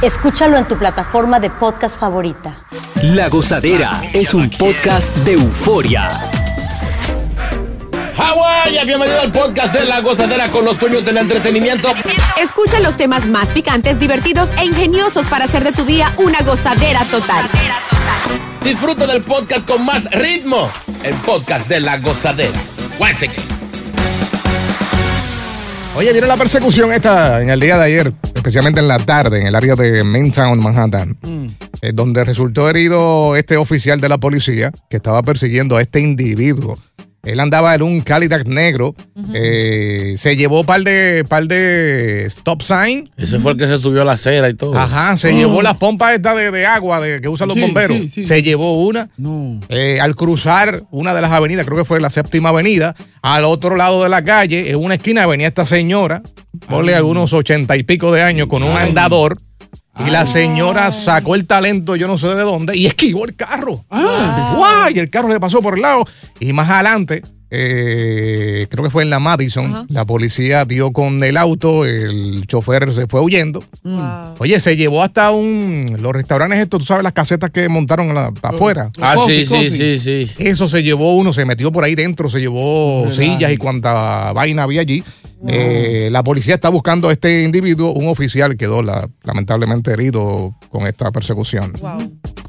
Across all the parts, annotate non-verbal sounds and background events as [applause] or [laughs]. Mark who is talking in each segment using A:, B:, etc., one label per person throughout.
A: Escúchalo en tu plataforma de podcast favorita.
B: La Gozadera es un podcast de euforia.
C: Hawái, bienvenido al podcast de La Gozadera con los dueños del entretenimiento.
D: Escucha los temas más picantes, divertidos e ingeniosos para hacer de tu día una gozadera total.
C: Disfruta del podcast con más ritmo. El podcast de La Gozadera. Guánseque.
E: Oye, mira la persecución esta en el día de ayer, especialmente en la tarde, en el área de Midtown, Manhattan, eh, donde resultó herido este oficial de la policía que estaba persiguiendo a este individuo. Él andaba en un Cadillac negro, eh, se llevó par de, par de stop sign,
F: Ese fue el que se subió a la acera y todo. Ah.
E: ajá, se llevó las pompas estas de, de agua de, que usan los
F: Sí,
E: bomberos,
F: sí, sí.
E: se llevó una.
F: No.
E: Eh, al cruzar una de las avenidas, creo que fue la séptima avenida, al otro lado de la calle, en una esquina venía esta señora, ponle
F: Ah.
E: algunos ochenta y pico de años, con un andador, y
F: Ah.
E: la señora sacó el talento, yo no sé de dónde, y esquivó el carro.
F: Ah.
E: ¡Guay! Y el carro le pasó por el lado. Y más adelante, eh, creo que fue en la Madison, la policía dio con el auto, el chofer se fue huyendo.
G: Mm.
E: Oye, se llevó hasta un. Los restaurantes, estos, tú sabes, las casetas que montaron a la- afuera.
F: Ah, sí, sí, sí, sí.
E: Eso se llevó uno, se metió por ahí dentro, se llevó sillas y cuanta vaina había allí. Eh, la policía está buscando a este individuo, un oficial quedó la- lamentablemente herido con esta persecución.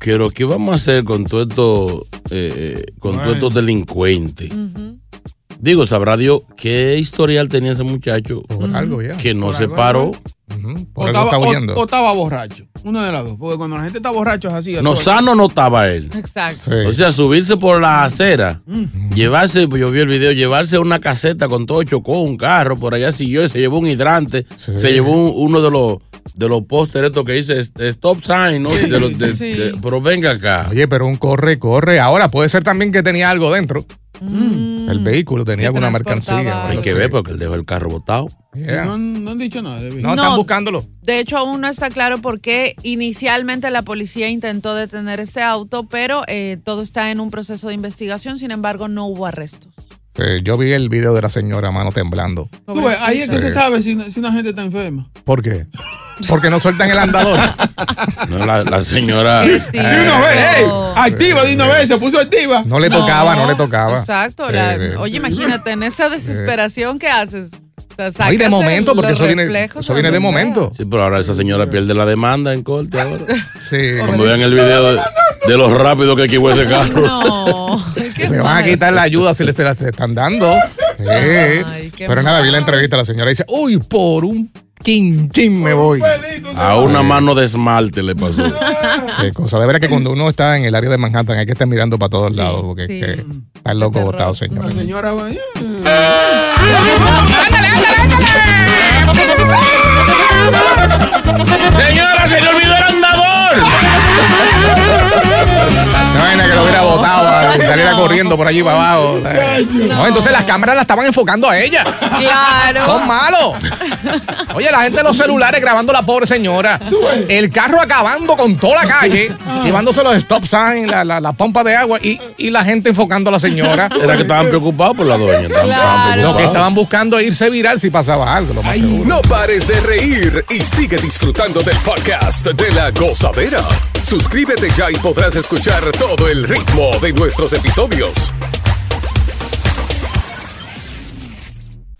F: Pero, ¿qué vamos a hacer con todos estos eh, eh, con todos estos delincuentes? Digo, sabrá Dios qué historial tenía ese muchacho
E: Por algo ya.
F: que no se paró.
E: Ujú,
G: O
E: Por algo
G: estaba,
E: está
G: o-
E: huyendo.
G: o estaba borracho. Una de las dos. Porque cuando la gente está borracho es así. a
F: No
G: todo.
F: sano no estaba él.
H: Exacto.
E: Sí. Mm.
F: O sea, subirse por la acera, llevarse, pues yo vi el video, llevarse una caseta con todo, chocó un carro, por allá siguió y se llevó un hidrante,
E: Sí.
F: se llevó un- uno de los de los pósteres estos que dice "Est- stop sign, ¿no? De los- de-
H: Sí.
F: de- pero venga acá.
E: Oye, pero un corre, corre. Ahora puede ser también que tenía algo dentro. El vehículo tenía
H: Mm. Que
E: alguna
H: transportaba
E: mercancía.
H: algo.
F: Hay que ver porque él dejó el carro botado.
E: Yeah.
G: No,
E: No,
G: han- no han dicho nada. de
H: No.
E: están buscándolo.
H: De hecho, aún no está claro por qué inicialmente la policía intentó detener este auto, pero eh, todo está en un proceso de investigación. Sin embargo, no hubo arrestos.
E: Eh, yo vi el video de la señora mano temblando.
G: Tú ves, ahí es que
E: Sí.
G: se sabe si, si una gente está enferma.
E: ¿Por qué? Porque no sueltan el andador.
F: No, la, la señora.
H: Pobrecito.
G: De una vez, ¡ey!
H: No.
G: Activa de una vez, se puso activa.
E: No le tocaba, no, le tocaba.
H: Exacto.
E: Eh,
H: la-
E: eh.
H: oye, imagínate, en esa desesperación, ¿qué haces? O sea,
E: No, y de
H: sacas
E: momento,
H: el-
E: porque
H: los
E: eso viene,
H: reflejos
E: eso viene de
H: donde sea.
E: momento.
F: Sí, pero ahora esa señora pierde la demanda en corte ahora.
E: Sí.
F: Cuando vean el video de, de lo rápido que equivocó ese carro.
H: No. [laughs] qué
E: Le van a
H: mal.
E: quitar la ayuda si le se la están dando. Eh,
H: Ay, qué
E: Pero nada, vi la
H: mal.
E: entrevista. La señora dice, uy, por un quinchín me voy.
F: A una mano de esmalte le pasó.
E: Qué cosa. De verdad que cuando uno está en el área de Manhattan hay que estar mirando para todos lados. Porque
H: sí.
E: es que está loco botado, señor.
G: La señora va. "Eh".
F: ¡Señora, se le olvidó el andador!
E: [laughs] No vaina que lo hubiera botado y saliera
H: No,
E: corriendo por allí para abajo. No, entonces las cámaras la estaban enfocando a ella.
H: Claro.
E: Son [laughs] malos. Oye, la gente en los celulares grabando a la pobre señora. El carro acabando con toda la calle, llevándose los stop signs, la, la, la pompa de agua y, y la gente enfocando a la señora.
F: Era que estaban preocupados por la doña. estaban- estaban
E: Lo que
F: preocupados.
E: estaban buscando es irse viral si pasaba algo, lo más seguro.
I: No pares de reír y sigue disfrutando del podcast de la gozadera. Suscríbete ya y podrás escuchar todo el ritmo de nuestros episodios.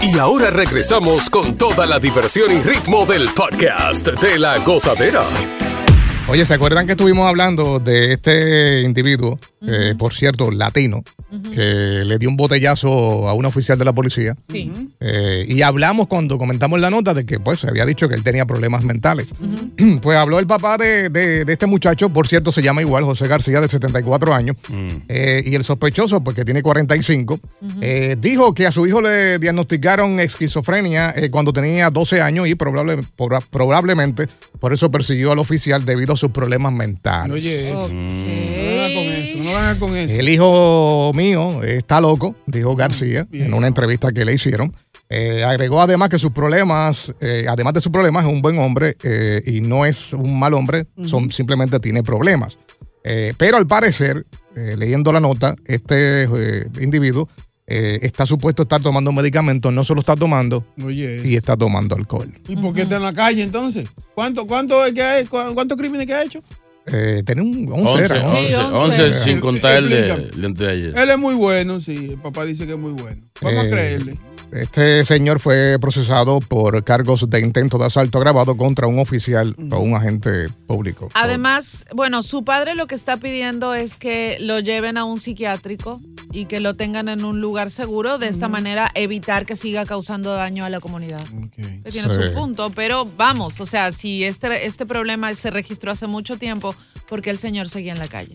I: Y ahora regresamos con toda la diversión y ritmo del podcast de la gozadera.
E: Oye, ¿se acuerdan que estuvimos hablando de este individuo, eh, por cierto, latino, que le dio un botellazo a un oficial de la policía?
H: Sí.
E: Eh, y hablamos cuando comentamos la nota de que pues se había dicho que él tenía problemas mentales. [clears throat] Pues habló el papá de, de- de este muchacho, por cierto, se llama igual José García, de 74 años, eh, y el sospechoso, porque tiene 45, eh, dijo que a su hijo le diagnosticaron esquizofrenia eh, cuando tenía 12 años y probable- proba- probablemente por eso persiguió al oficial debido a sus problemas mentales.
G: Oye, eso. No hagas con eso, no hagas con eso. Mm,
E: El hijo mío eh, está loco, dijo García en una entrevista que le hicieron. Eh, agregó además que sus problemas, eh, además de sus problemas, es un buen hombre eh, y no es un mal hombre, son, simplemente tiene problemas. Eh, pero al parecer, eh, leyendo la nota, este eh, individuo eh, está supuesto estar tomando medicamentos, no solo está tomando
G: Oye.
E: y está tomando alcohol.
G: ¿Y por qué está en la calle entonces? ¿Cuánto, cuánto es que hay? ¿Cuán- ¿Cuántos crímenes que ha hecho?
E: Eh, tiene un 11,
F: 11,
E: era,
F: 11, 11, sin contar el de, el de ayer.
G: Él es muy bueno, sí. El papá dice que es muy bueno. Vamos
E: Eh,
G: a creerle.
E: Este señor fue procesado por cargos de intento de asalto agravado contra un oficial o un agente público.
H: Ah, Además, bueno, su padre lo que está pidiendo es que lo lleven a un psiquiátrico y que lo tengan en un lugar seguro, de esta manera evitar que siga causando daño a la comunidad. Que tiene
J: Sí.
H: su punto, pero vamos, o sea, si este, este problema se registró hace mucho tiempo, porque el señor seguía en la calle?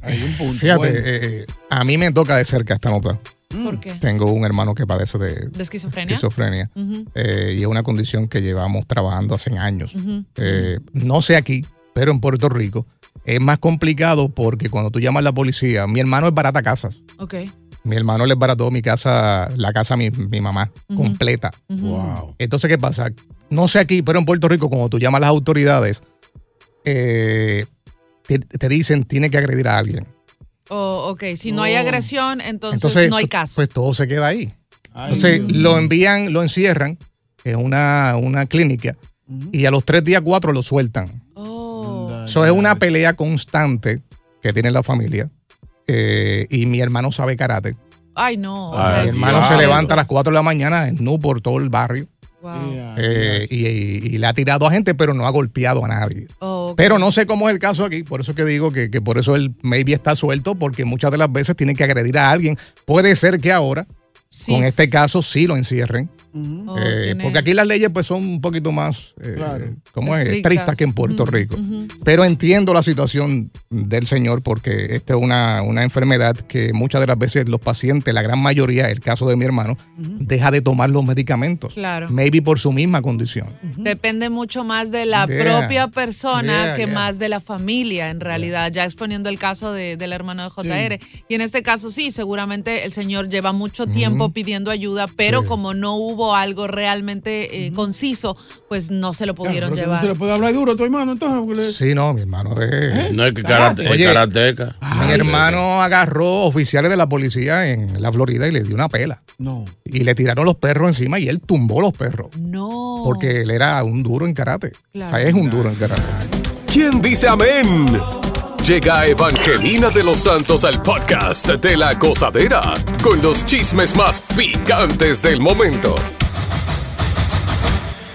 E: Fíjate,
H: bueno.
E: eh, eh, a mí me toca de cerca esta nota.
H: ¿Por qué?
E: Tengo un hermano que padece de
H: ¿De esquizofrenia?
E: esquizofrenia
H: Ujú,
E: eh, y es una condición que llevamos trabajando hace años.
H: ujú.
E: Eh, no sé aquí, pero en Puerto Rico es más complicado porque cuando tú llamas a la policía, mi hermano es barata casas.
H: Ok.
E: Mi hermano le barató mi casa, la casa a mi, mi mamá,
H: Ujú.
E: completa.
H: Ujú.
F: Wow.
E: Entonces, ¿qué pasa? No sé aquí, pero en Puerto Rico, cuando tú llamas a las autoridades, eh, te, te dicen tiene que agredir a alguien.
H: O- ok, si no hay agresión, entonces, no hay
E: t-
H: caso.
E: Pues todo se queda ahí. Entonces, lo envían, lo encierran en una, una clínica y a los tres días, cuatro lo sueltan.
H: Oh.
E: Eso es una pelea constante que tiene la familia. eh, y mi hermano sabe karate.
H: Ay, no. o
E: O sea,
H: sea,
E: mi hermano se levanta a las 4 de la mañana nu por todo el barrio. Eh, y, y- y le ha tirado a gente, pero no ha golpeado a nadie.
H: Oh, ok.
E: Pero no sé cómo es el caso aquí, por eso que digo que, que por eso él maybe está suelto, porque muchas de las veces tienen que agredir a alguien. Puede ser que ahora,
H: Sí,
E: con este caso, sí lo encierren.
H: Oh,
E: eh,
H: tiene-
E: porque aquí las leyes pues son un poquito más, eh, ¿cómo es?
H: Estrictas.
E: Estrictas que en Puerto Rico.
H: Ujú.
E: Pero entiendo la situación del señor porque esta es una, una enfermedad que muchas de las veces los pacientes, la gran mayoría, el caso de mi hermano, deja de tomar los medicamentos.
H: Claro.
E: Maybe por su misma condición.
H: Depende mucho más de la
E: Yeah.
H: propia persona
E: Yeah,
H: que
E: yeah.
H: más de la familia, en realidad, ya exponiendo el caso de- del hermano de JR. Y en este caso, sí, seguramente el señor lleva mucho tiempo pidiendo ayuda, pero como no hubo algo realmente eh, conciso, pues no se lo pudieron
G: Claro, pero que
H: llevar.
G: No se le puede hablar duro a tu hermano entonces. porque le-
E: Sí, no, mi hermano. eh.
F: No es que karate, es
E: Oye,
F: karateca.
E: Mi hermano agarró oficiales de la policía en la Florida y le dio una pela.
G: No.
E: Y le tiraron los perros encima y él tumbó los perros.
H: No.
E: Porque él era un duro en karate. O sea, es un duro en karate.
I: ¿Quién dice amén? Llega Evangelina de los Santos al podcast de la gozadera con los chismes más picantes del momento.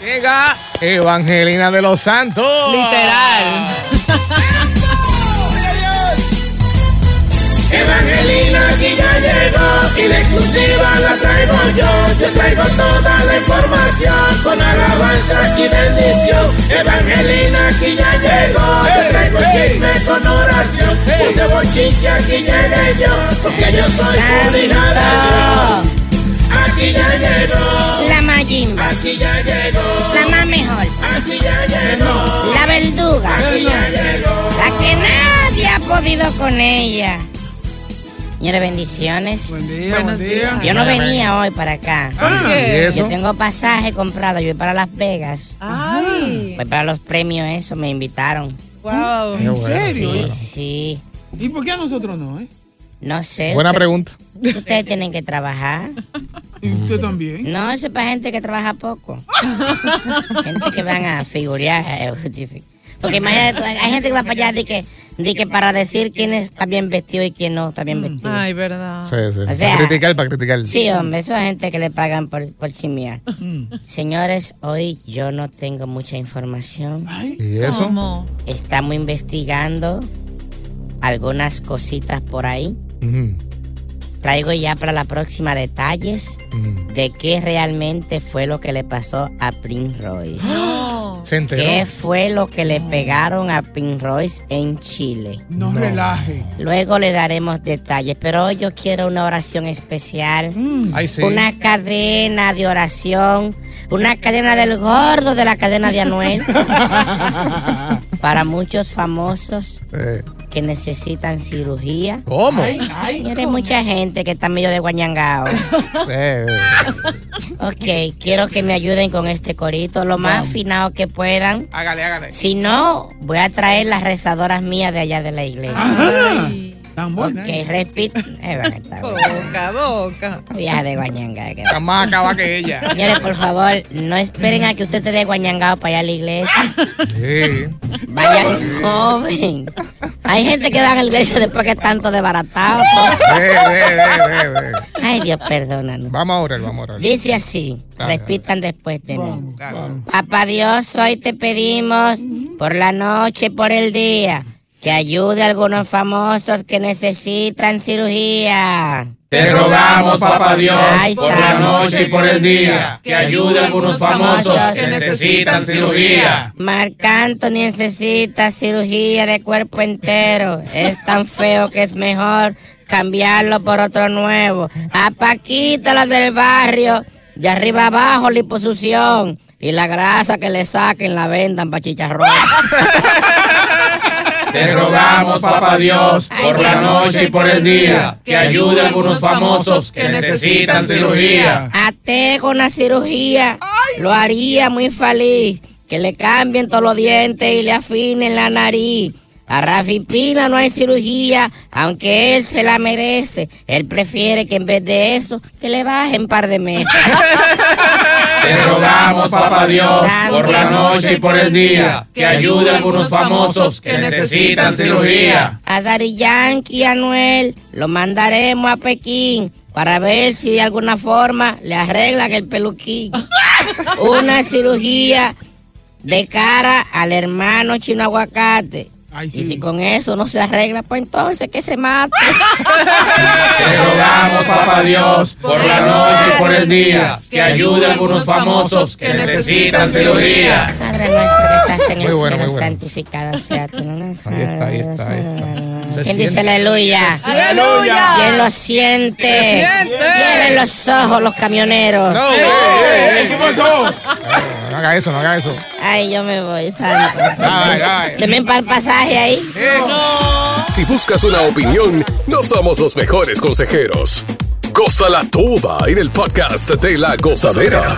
E: Llega Evangelina de los Santos.
H: Literal.
J: Evangelina aquí ya llegó y la exclusiva la traigo yo. Yo traigo toda la información con alabanza y bendición. Evangelina aquí ya llegó. Yo traigo chisme con oración. Un de bochinche aquí llegué yo porque yo soy culinada. Aquí ya llegó.
K: La Mayimba.
J: Aquí ya llegó.
K: La más mejor.
J: Aquí ya llegó.
K: La verduga.
J: Aquí ya llegó.
K: La que nadie ha podido con ella. Señores, bendiciones. Buen
G: día, Buenos buen día. días.
K: Yo no venía hoy para acá.
G: Ah, ¿Por qué? ¿y eso?
K: Yo tengo pasaje comprado. Yo voy para Las Vegas.
H: Ay.
K: Voy para los premios, eso. Me invitaron.
H: Wow.
G: ¿En serio?
K: Sí, sí.
G: ¿Y por qué a nosotros no, eh?
K: No sé.
E: Buena
K: usted-
E: pregunta.
K: Ustedes tienen que trabajar.
G: ¿Y usted también?
K: No, eso es para gente que trabaja poco. gente que van a figurear. eh, Porque imagínate, tú, hay gente que va para allá de que, de que para decir quién está bien vestido y quién no está bien vestido.
H: Ay, verdad.
E: Sí, sí.
K: O
E: para
K: sea,
E: criticar, para criticar.
K: Sí, hombre, eso es gente que le pagan por, por chimear. Señores, hoy yo no tengo mucha información.
E: ¿Y eso?
H: ¿Cómo?
K: Estamos investigando algunas cositas por ahí.
E: Ujú.
K: Traigo ya para la próxima detalles
E: Mm.
K: de qué realmente fue lo que le pasó a Prince Royce.
E: [gasps] Se enteró.
K: ¿Qué fue lo que le pegaron a Prince Royce en Chile?
G: No, relaje.
K: Luego le daremos detalles, pero hoy yo quiero una oración especial.
E: Mm. Ay, sí.
K: Una cadena de oración. Una cadena del gordo de la cadena
E: [laughs]
K: de Anuel. para muchos famosos
E: Eh,
K: que necesitan cirugía.
E: ¿Cómo?
K: Señores, hay mucha gente que está medio
E: [laughs]
K: de guañangao.
E: eh,
K: ok, quiero que me ayuden con este corito lo más afinado que puedan.
E: Hágale, hágale.
K: Si no, voy a traer las rezadoras mías de allá de la iglesia.
G: Tan
K: Ok,
G: buena. ¿eh?
K: repito. Es verdad, está bien.
H: Boca, boca.
K: Vieja de guañanga. que-
E: Está más acabada que ella.
K: Señores, por favor, no esperen a que usted te dé guañangado para allá a la iglesia.
E: Sí. [laughs]
K: Vaya joven. Hay gente que va a la iglesia después que es tanto desbaratado.
E: Ve, ve, ve, ve, ve.
K: Ay, Dios, perdónanos.
E: Vamos a orar, vamos a orar.
K: Dice así,
E: Dale,
K: repitan después de mí.
E: Dale.
K: Papá Dios, hoy te pedimos por la noche y por el día que ayude a algunos famosos que necesitan cirugía.
C: Te rogamos, papá Dios,
K: Ay,
C: por la
K: santo.
C: noche y por el día, que ayude a algunos famosos que necesitan cirugía.
K: Marc Anthony necesita cirugía de cuerpo entero. Es tan feo que es mejor cambiarlo por otro nuevo. A Paquita, la del barrio, de arriba abajo, liposucción. Y la grasa que le saquen la vendan pa' chicharrón.
C: Te rogamos, papá Dios, por la noche y por el día, que ayude a algunos famosos que necesitan cirugía.
K: A Tego una cirugía lo haría muy feliz. Que le cambien todos los dientes y le afinen la nariz. A Rafi Pina no hay cirugía, aunque él se la merece. Él prefiere que en vez de eso, que le bajen par de meses.
C: Te rogamos, papá Dios, por la noche y por el día, que ayude a algunos famosos que necesitan cirugía.
K: A Dari Yankee y a Noel lo mandaremos a Pekín para ver si de alguna forma le arreglan
C: [laughs]
K: el peluquín. Una cirugía de cara al hermano chino aguacate.
G: Ay,
K: Y si
G: sí.
K: con eso no se arregla, pues entonces que se mate.
C: Te rogamos, papá Dios, por la noche y por el día, que ayude a algunos famosos [laughs] que necesitan cirugía.
K: Padre nuestro que estás en el
E: Muy bueno,
K: cielo,
E: muy bueno.
K: santificado sea tu nombre.
E: Ahí está, ahí está, ahí está. Se
K: ¿Quién
E: siente.
K: dice aleluya?
H: ¡Aleluya!
K: ¿Quién lo siente? Cierren los ojos los camioneros.
E: No, eh, eh, eh. No, no haga eso, no haga eso.
K: Ay, yo me voy, pues. santo.
E: Ay, ay.
K: Deme para el pasaje ahí.
I: Si buscas una opinión, no somos los mejores consejeros. Goza la tuba en el podcast de la gozadera.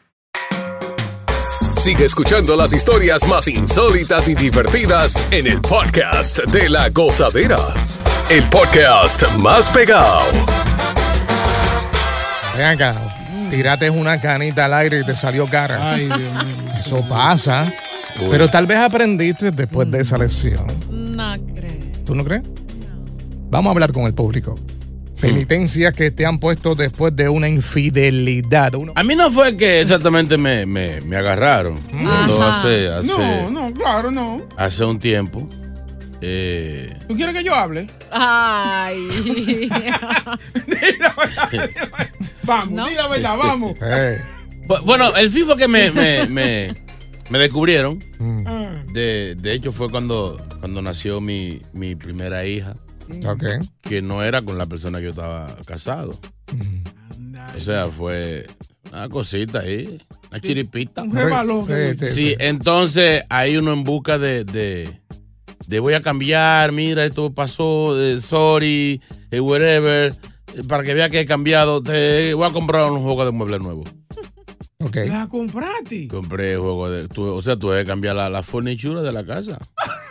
I: Sigue escuchando las historias más insólitas y divertidas en el podcast de la gozadera. El podcast más pegado.
E: Ven acá, tiraste una canita al aire y te salió cara. Ay, Dios mío. Eso pasa. Pero tal vez aprendiste después de esa lección.
H: No creo.
E: ¿Tú no crees? Vamos a hablar con el público. Penitencias que te han puesto después de una infidelidad. Uno-
F: A mí no fue que exactamente me, me- me agarraron. Cuando
G: Ajá.
F: hace, hace,
G: No, no, claro, no.
F: hace un tiempo. eh,
G: ¿Tú quieres que yo hable? [laughs]
H: Ay.
G: vamos, di la verdad, vamos.
F: Eh, Bu- Bueno, el FIFA que me, me, me- me descubrieron,
G: Ah,
F: de, de hecho fue cuando, cuando nació mi, mi primera hija,
E: Ok.
F: que no era con la persona que yo estaba casado.
G: Mm.
F: O sea, fue una cosita ahí, una chiripita.
G: Un rebalón.
E: Sí, sí,
F: Sí, entonces ahí uno en busca de, de, de voy a cambiar, mira, esto pasó, eh, sorry, eh, whatever, eh, para que vea que he cambiado, te voy a comprar un juego de muebles nuevo.
G: La compraste.
F: Compré juego de. tu- o sea, tuve que cambiar la, la furnitura de la casa.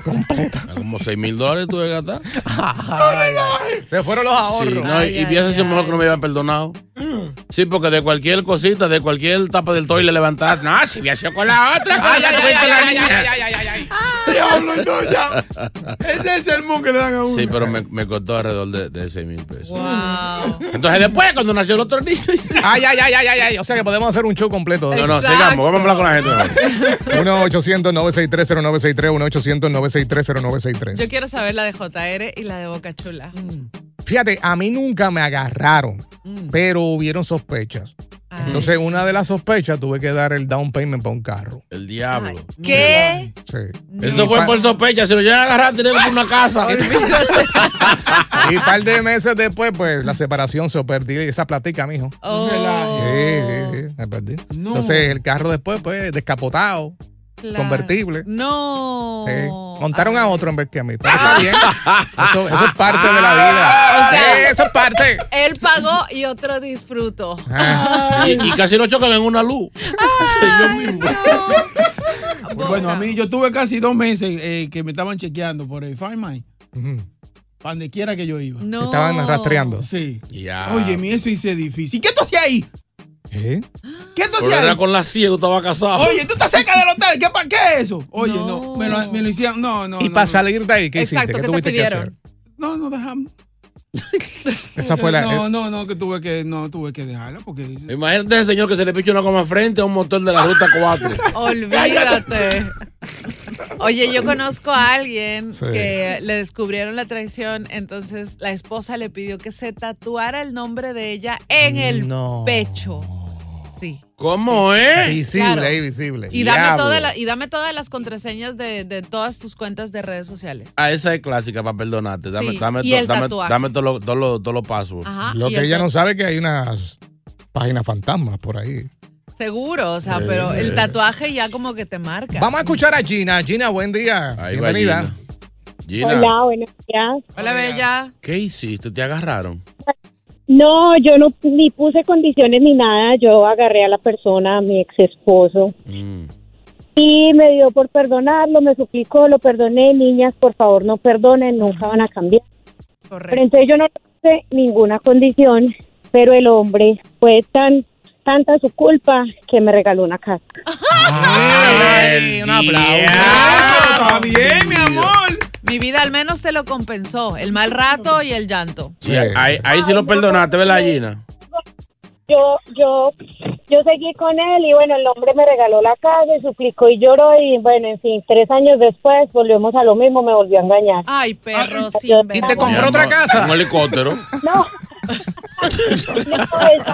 F: Completa. Como 6 mil dólares tuve que gastar.
E: Se fueron los ahorros.
F: Sí, no, y- y piensa si a lo mejor que no me habían perdonado. Sí, porque de cualquier cosita, de cualquier tapa del toile levantar. No, si hubiera sido con la [laughs] otra,
G: Ay,
F: con la
G: ay, ay,
F: tuviste la
G: ay,
F: niña.
G: ay, ay, ay, ay, ay, ay. Diablo, entonces ya. Ese es el moon que le dan a uno.
F: Sí, pero me, me costó alrededor de, de 6 mil pesos.
H: Wow.
F: Entonces después, cuando nació el otro niño.
E: Ay, ay, ay, ay, ay, ay. O sea que podemos hacer un show completo.
F: No, no, sigamos, vamos a hablar con la gente. mejor.
E: [laughs] 1-800-963-0963, 1-800-963-0963.
H: Yo quiero saber la de JR y la de Boca Chula.
E: Mm, Fíjate, a mí nunca me agarraron, pero hubieron sospechas. Entonces, una de las sospechas tuve que dar el down payment para un carro.
F: El diablo.
H: ¿Qué?
E: Sí.
F: Eso fue por sospecha. Si lo llegan a agarrar, tenemos una casa.
E: Y un par de meses después, pues la separación se perdió y esa platica, mijo.
H: Oh.
E: Sí, sí, sí, me perdí. Entonces, el carro después, pues, descapotado, convertible.
H: No.
E: Sí. Montaron a otro en vez que a mí. Pero está bien. Eso, eso es parte de la vida.
H: Ah. O sea-
E: Sí, eso es parte.
H: Él pagó y otro disfruto.
E: Ah.
H: [laughs]
F: Y, y casi no chocan en una luz.
G: Bueno, a mí yo tuve casi dos meses eh, que me estaban chequeando por el Find My. Pa' Donde quiera que yo iba.
H: No.
E: Estaban rastreando.
G: Sí. Oye, mi eso hice difícil. ¿Y qué tú hacías ahí?
E: ¿Eh?
G: ¿Qué tú
F: Pero
G: hacías
F: era
G: ahí?
F: con la ciega, estaba casado.
G: Oye, tú estás cerca del hotel. ¿Qué para qué es eso? Oye, no. Me, lo, me lo hicieron. No, no.
E: Y
G: no,
E: para
G: no.
E: salir de ahí, ¿qué hiciste? ¿Qué tuviste que hacer?
G: No, no dejamos.
E: Esa fue la. eh.
G: No, no, no, que tuve que, no, tuve que dejarla porque.
F: Imagínate ese señor que se le picha una coma frente a un motor de la ruta 4.
H: Olvídate. Oye, yo conozco a alguien
F: Sí.
H: que le descubrieron la traición, entonces la esposa le pidió que se tatuara el nombre de ella en el
E: No.
H: pecho.
F: ¿Cómo es?
E: Visible,
H: Claro.
E: ahí visible.
H: Y dame,
F: Diablo.
H: toda la- y dame todas las contraseñas de, de todas tus cuentas de redes sociales.
F: Ah, esa es clásica para perdonarte. Dame,
H: Sí,
F: dame,
H: y
F: to-
H: el
F: dame,
H: tatuaje.
F: dame todos los todos los- todos los pasos.
H: Ajá.
E: Lo
H: y
E: que
H: el
E: ella
H: ta-
E: no sabe es que hay unas páginas fantasmas por ahí.
H: Seguro, o sea,
E: Sí.
H: pero el tatuaje ya como que te marca.
E: Vamos a escuchar a Gina. Gina, buen día.
F: va
E: Bienvenida.
L: buenos días.
H: Hola, Bella.
F: ¿Qué hiciste? ¿Te agarraron?
L: No, yo no ni puse condiciones ni nada. Yo agarré a la persona, a mi ex esposo. Y me dio por perdonarlo, me suplicó, lo perdoné. Niñas, por favor, no perdonen, nunca van a cambiar. Pero entonces yo no le puse ninguna condición, pero el hombre fue tan, tanta su culpa que me regaló una casa.
F: Ay,
G: un aplauso. Está bien, mi amor.
H: Mi vida al menos te lo compensó, el mal rato y el llanto.
F: Sí, ahí, ahí sí lo perdonaste, ¿verdad, Gina?
L: Yo, yo, yo seguí con él y bueno, el hombre me regaló la casa y suplicó y lloró y bueno, en fin, tres años después volvemos a lo mismo, me volvió a engañar. Ah,
H: Ay, perro, sí.
E: ¿Y te compró otra casa?
F: Un helicóptero.
L: No. no, esta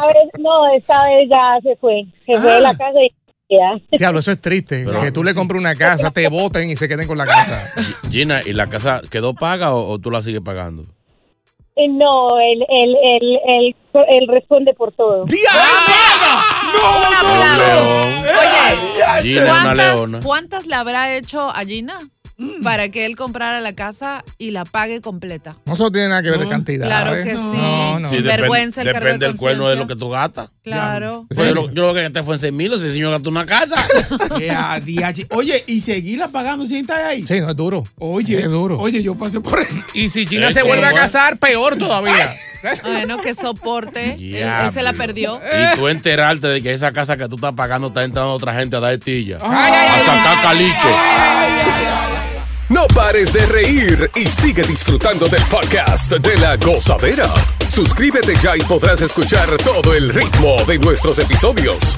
L: vez, no, esta vez ya se fue, se fue de
E: Ah.
L: la casa y ya.
E: Diablo, eso es triste. que tú le compres una casa, te boten y se queden con la casa.
F: Gina, ¿y la casa quedó paga o, o tú la sigues pagando?
L: Eh, No, él, él, él, él, él responde por todo.
H: Ah, Un aplauso.
F: León.
H: Oye,
F: Gina es una leona.
H: ¿cuántas, cuántas le habrá hecho a Gina para que él comprara la casa y la pague completa?
E: No solo tiene nada que ver de cantidad.
H: Claro
E: ¿eh?
H: que
E: No,
H: sí.
E: no, no.
F: Sí, depen-
H: vergüenza, el cargo de
F: Depende del cuerno de lo que tú gastas.
H: Claro.
F: Pues yo, lo- yo lo que gasté fue en 6 mil, ese señor gastó una
H: [laughs]
F: casa.
G: Ya, DH. Oye, y seguirla pagando si está ahí.
E: Sí, no es duro.
G: Oye,
E: es duro.
G: Oye, yo pasé por ahí.
E: Y si
G: Gina se vuelve a casar,
E: peor todavía.
H: Bueno, que soporte. Él- él, se la perdió.
E: Eh.
F: Y tú enterarte de que esa casa que tú estás pagando está entrando otra gente a dar estilla.
H: Ay,
F: Ah, A sacar caliche.
I: No pares de reír y sigue disfrutando del podcast de la gozadera. Suscríbete ya y podrás escuchar todo el ritmo de nuestros episodios.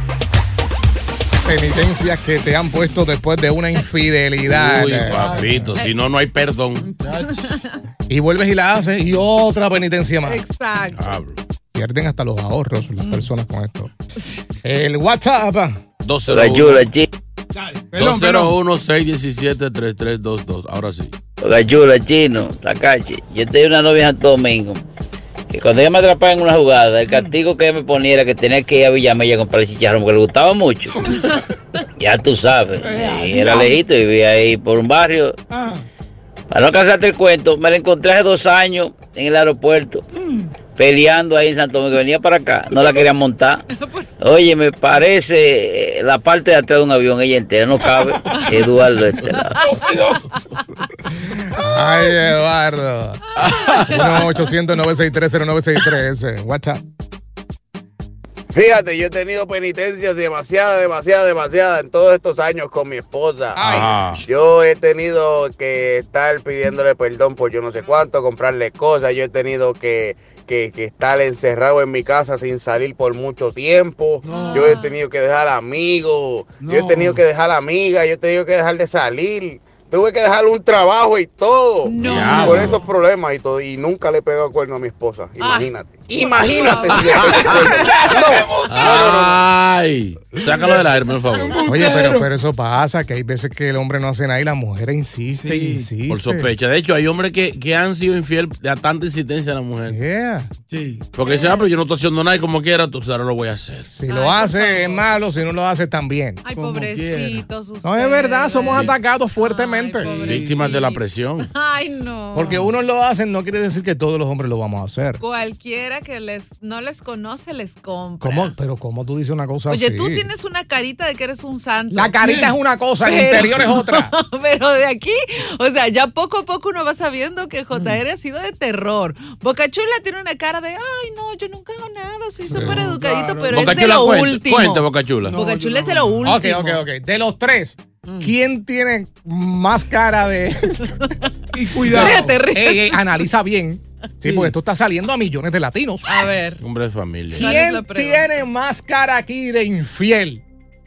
E: [laughs] Penitencias que te han puesto después de una infidelidad.
F: Uy, papito, si no, no hay perdón.
E: Y vuelves y la haces y otra penitencia más.
H: Exacto.
E: Pierden hasta los ahorros
H: Mm.
E: las personas con esto. El WhatsApp.
F: 201.
E: Ayuda,
M: Pelón, pelón.
F: 201-617-3322. Ahora sí.
M: Gayula, chino, la calle. Yo tenía una novia en Santo Domingo. Que cuando ella me atrapaba en una jugada, el castigo que ella me ponía era que tenía que ir a Villamella a comprar chicharrón, porque le gustaba
E: [laughs]
M: mucho. ya tú sabes.
E: Eh,
M: Y era lejito y vivía ahí por un barrio. Para no cansarte el cuento, me la encontré hace dos años en el aeropuerto, peleando ahí en Santo Domingo. Venía para acá, no la quería montar. Oye, me parece eh, la parte de atrás de un avión, ella entera, no cabe. Eduardo, este lado.
E: Ay,
H: [laughs]
E: Eduardo. 1-800-963-0963. WhatsApp.
N: Fíjate, yo he tenido penitencias demasiadas, demasiadas, demasiadas en todos estos años con mi esposa.
F: Ajá.
N: Yo he tenido que estar pidiéndole perdón por yo no sé cuánto, comprarle cosas. Yo he tenido que, que- que estar encerrado en mi casa sin salir por mucho tiempo. Yo he tenido que dejar amigos. Yo he tenido que dejar amigas. Yo he tenido que dejar de salir. Tuve que dejar un trabajo y todo. Por esos problemas y todo. Y nunca le he pegado cuerno a mi esposa. Imagínate. Imagínate si le pego cuerno.
F: Ay, sácalo del aire, por favor.
E: Oye, pero, pero eso pasa, que hay veces que el hombre no hace nada y la mujer insiste y insiste.
F: Por sospecha. De hecho, hay hombres que, que han sido infiel de a tanta insistencia a la mujer.
G: Sí.
F: Porque dicen, ah, pero yo no estoy haciendo nada y como quiera, tú ahora lo voy a hacer.
E: Si lo hace es malo, si no lo hace también.
H: Ay, pobrecitos
E: No es verdad, somos atacados fuertemente.
F: Víctimas de la presión.
H: Ay, no.
E: Porque unos lo hacen no quiere decir que todos los hombres lo vamos a hacer.
H: Cualquiera que les no les conoce les compra.
E: ¿Cómo? Pero como tú dices una cosa
H: Oye,
E: así.
H: tú tienes una carita de que eres un santo.
E: La carita es una cosa, el interior es otra.
H: [laughs] Pero de aquí, o sea, ya poco a poco uno va sabiendo que
E: Mm.
H: JR ha sido de terror. Boca Chula tiene una cara de, ay, no, yo nunca hago nada, soy súper educadito, pero
F: Boca
H: es de
F: Chula,
H: lo
F: cuenta,
H: último.
F: cuenta, Boca Chula. Mm. No,
H: Boca Chula es de lo último.
E: Ok, ok, ok. De los tres, ¿quién tiene más cara
F: [laughs]
E: de. [laughs] y
G: cuidado. Ríete, ríete.
E: Ey, ey, analiza bien. Sí, porque tú estás saliendo a millones de latinos.
H: A ver.
F: Hombre de familia.
E: ¿Quién tiene más cara aquí de infiel?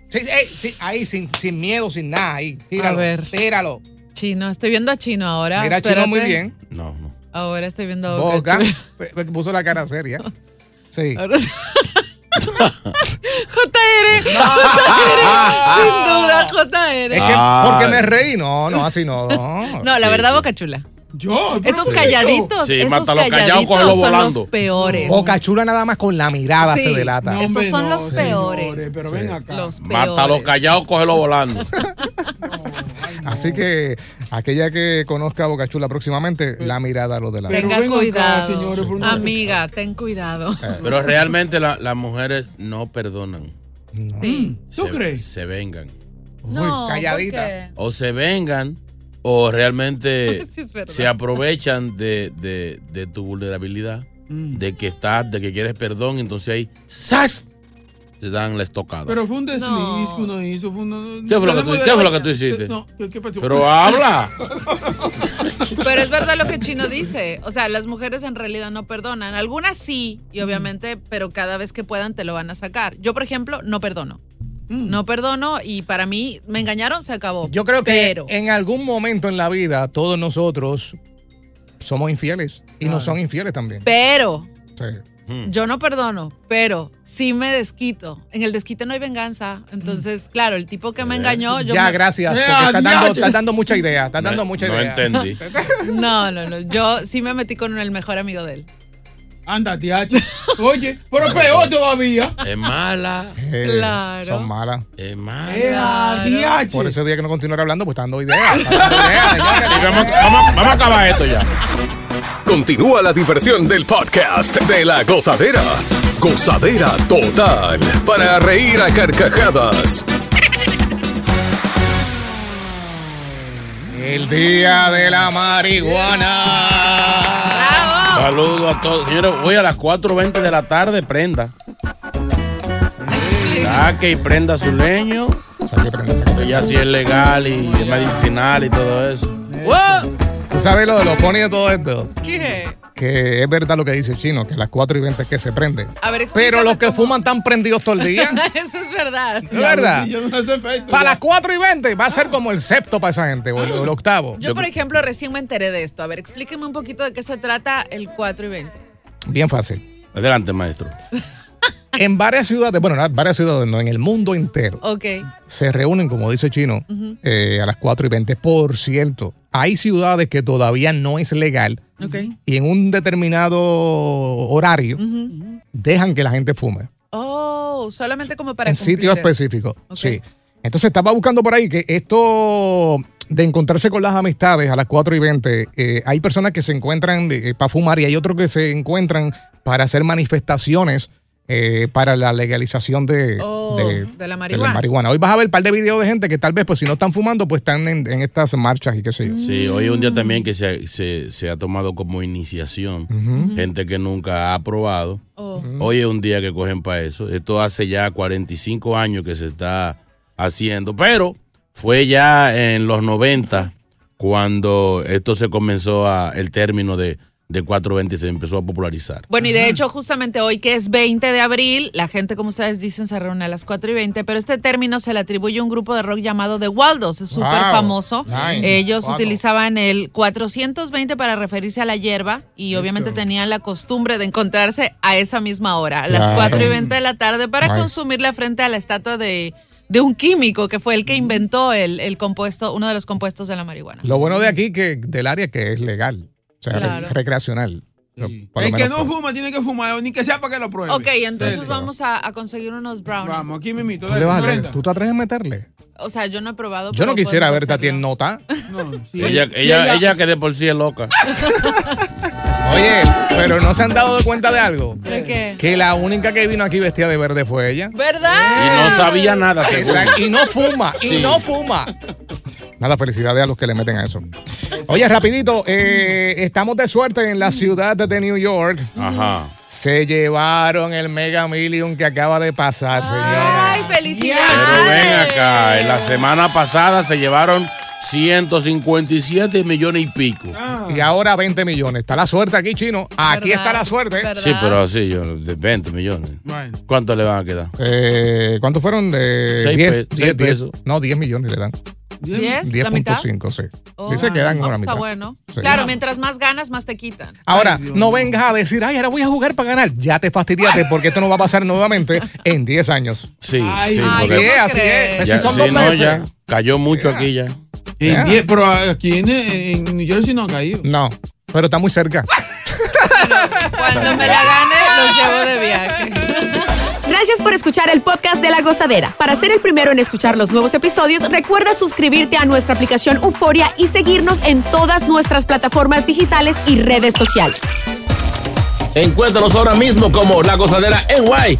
E: Sí, ey, sí, ahí, sin, sin miedo, sin nada. Ahí, tíralo.
H: A ver.
E: Tíralo.
H: Chino, estoy viendo a Chino ahora.
E: Mira, Chino,
H: espérate.
E: muy bien.
H: Ahora estoy viendo a Boca
E: Boca.
H: Chula. [laughs]
E: P- [laughs] Puso la cara seria. Sí.
F: [laughs]
E: [laughs]
H: JR, JR, sin duda, JR.
E: Es que
F: Ah.
E: porque me reí. No, no, así no. No,
H: No, la verdad, Boca Chula.
G: Yo.
H: Esos
E: Sí.
H: calladitos,
E: Sí,
H: esos
E: mátalo callado,
H: calladitos
E: cógelo
H: son
E: volando.
H: los peores.
E: Boca chula nada más con la mirada
H: Sí,
E: se delata.
H: no, Esos son los peores.
G: pero ven acá.
H: Los
F: Mátalo callado, cógelo volando.
E: Así que aquella que conozca a Boca Chula próximamente, la mirada lo delata.
H: Tenga cuidado.
G: señores, por una-
H: Amiga, ten cuidado.
F: Pero realmente la- las mujeres no perdonan.
H: Sí.
F: ¿Tú crees? Se vengan.
H: No,
E: calladita.
H: porque-
F: O se vengan o realmente
H: [laughs] Sí, es verdad.
F: se aprovechan de, de- de Mm. tu vulnerabilidad, de que estás, de que quieres perdón, entonces ahí ¡zas! te dan la estocada.
G: Pero fue un desliz que uno hizo. Fue un-
F: ¿Qué fue lo que tú-
G: Tenemos
F: qué fue lo que
G: detalles.
F: tú hiciste?
G: No, ¿qué- qué pasó?
F: Pero habla.
H: [laughs] Pero es verdad lo que Chino dice. O sea, las mujeres en realidad no perdonan. Algunas sí, y obviamente, pero cada vez que puedan te lo van a sacar. Yo, por ejemplo, no perdono.
G: Mm.
H: No perdono y para mí me engañaron, se acabó.
E: Yo creo que
H: Pero-
E: en algún momento en la vida todos nosotros somos infieles y nos son infieles también.
H: Pero
E: Sí.
G: Hmm.
H: yo no perdono, pero sí me desquito. En el desquite no hay venganza. Entonces,
G: Hmm.
H: claro, el tipo que me engañó, yo
E: ya,
H: me-
G: Eh,
E: gracias. Porque estás dando, estás dando mucha idea. Estás dando mucha
F: no
E: idea.
F: entendí.
H: [laughs] No, no, no. Yo sí me metí con el mejor amigo de él.
G: [laughs] Anda, TH. Oye, pero peor todavía.
F: Es mala.
E: Eh,
H: Claro.
E: Son malas.
F: Es mala.
G: Ea, TH.
E: Por ese día que no continuar hablando, pues está dando
H: [laughs]
E: ideas.
F: Vamos a acabar esto ya.
I: Continúa la diversión del podcast de la gozadera. Gozadera total. Para reír a carcajadas.
E: El día de la marihuana.
F: Saludos a todos. Señores, voy a las 4.20 de la tarde, prenda. Saque y prenda su leño.
E: Saque y prenda, saque
F: Ya si es legal y es medicinal y todo eso.
E: ¿Tú sabes lo de los ponis de todo esto?
H: ¿Qué?
E: Que es verdad lo que dice el Chino, que a las 4 y 20 es que se prende.
H: A ver,
E: Pero los que fuman están prendidos todo el día.
H: [laughs] Eso es verdad.
E: Es verdad.
G: Yo no hace efecto.
E: Para las 4 y 20 va a ser como el septo para esa gente, o el, o el octavo.
H: Yo, por ejemplo, recién me enteré de esto. A ver, explíqueme un poquito de qué se trata el 4 y 20.
E: Bien fácil.
F: Adelante, maestro.
E: [laughs] En varias ciudades, bueno, no, en varias ciudades, no, en el mundo entero,
H: Ok.
E: se reúnen, como dice Chino,
H: Ujú.
E: eh, a las 4 y 20. Por cierto, hay ciudades que todavía no es legal
H: Ok.
E: y en un determinado horario dejan que la gente fume.
H: Oh, solamente como para
E: en
H: cumplir
E: sitio
H: eso.
E: específico.
H: Ok.
E: Sí. Entonces estaba buscando por ahí que esto de encontrarse con las amistades a las 4 y 20, eh, hay personas que se encuentran eh, para fumar y hay otros que se encuentran para hacer manifestaciones eh, para la legalización de,
H: Oh,
E: de-
H: de la
E: de la
H: marihuana.
E: marihuana. Hoy vas a ver un par de videos de gente que tal vez, pues si no están fumando, pues están en, en estas marchas y qué
H: Mm.
E: sé yo.
F: Sí, hoy es un día también que se, se- se ha tomado como iniciación.
E: Ujú.
F: Gente que nunca ha probado. Hoy es un día que cogen para eso. Esto hace ya 45 años que se está haciendo, pero fue ya en los 90 cuando esto se comenzó a el término de, de 420 se empezó a popularizar.
H: Bueno, y de hecho, justamente hoy, que es 20 de abril, la gente, como ustedes dicen, se reúne a las 4 y 20, pero este término se le atribuye a un grupo de rock llamado The Waldos, es súper
O: Wow.
H: famoso.
O: Nice.
H: Ellos
O: Wow.
H: utilizaban el 420 para referirse a la hierba y obviamente tenían la costumbre de encontrarse a esa misma hora, a las
O: Claro.
H: 4 y 20 de la tarde, para
O: Nice.
H: consumirla frente a la estatua de, de un químico que fue el que inventó el, el compuesto, uno de los compuestos de la marihuana.
E: Lo bueno de aquí que del área que es legal, o sea, re-
H: Claro.
E: recreacional. Por lo
G: El que
E: menos
G: no fuma tiene que fumar, ni que sea para que lo pruebe.
H: Ok, entonces
G: Sí.
H: vamos a, a conseguir unos brownies.
G: Vamos, aquí me
E: ¿Tú, le vas a atrever- ¿Tú te atreves a meterle?
H: O sea, yo no he probado.
E: Yo no
H: pero
E: quisiera
H: podemos
E: verte a ti en nota.
F: ella, ella, ella que de por sí es loca.
E: Oye, pero no se han dado de cuenta de algo.
H: [laughs] ¿De qué?
E: Que la única que vino aquí vestida de verde fue ella.
H: ¿Verdad?
F: Y no sabía nada. seguro.
E: Exacto, Y no fuma,
F: Sí.
E: y no fuma. Nada, felicidades a los que le meten a eso. Oye, rapidito, eh, estamos de suerte en la ciudad de New York.
F: Ajá.
E: Se llevaron el Mega Million que acaba de pasar, señor.
H: ¡Ay,
F: Pero ven
H: felicidades!
F: acá, en la semana pasada se llevaron 157 millones y pico.
E: Y ahora 20 millones. Está la suerte aquí, chino. Aquí
F: ¿Verdad?
E: está la suerte.
F: Sí, pero así, yo, de 20 millones. ¿Cuánto le van a quedar?
E: Eh, ¿Cuántos fueron? De
F: Seis
E: 10,
F: pe-
E: 10,
F: seis
E: 10,
F: pesos.
E: no, 10 millones le dan.
H: ¿Diez? ¿La mitad?
E: 10.5, sí.
H: Oh,
E: sí se quedan
H: ah,
E: con la
H: Está
E: mitad.
H: bueno.
E: Sí.
H: Claro, mientras más ganas, más te quitan.
E: Ahora, no vengas a decir, ay, ahora voy a jugar para ganar. Ya te fastidiaste porque esto no va a pasar nuevamente en 10 años.
F: Sí,
E: Ay,
F: sí,
E: no,
F: porque-
E: así es, así es. Pues
F: Ya,
E: si son
F: sí,
E: dos
F: no,
E: meses.
F: ya. Cayó mucho aquí ya.
G: En diez- pero aquí en, en New Jersey no ha caído.
E: No, pero está muy cerca.
H: Cuando me la gane, los llevo de viaje.
D: Gracias por escuchar el podcast de La Gozadera. Para ser el primero en escuchar los nuevos episodios, recuerda suscribirte a nuestra aplicación Euforia y seguirnos en todas nuestras plataformas digitales y redes sociales.
B: Encuéntranos ahora mismo como La Gozadera en Guay.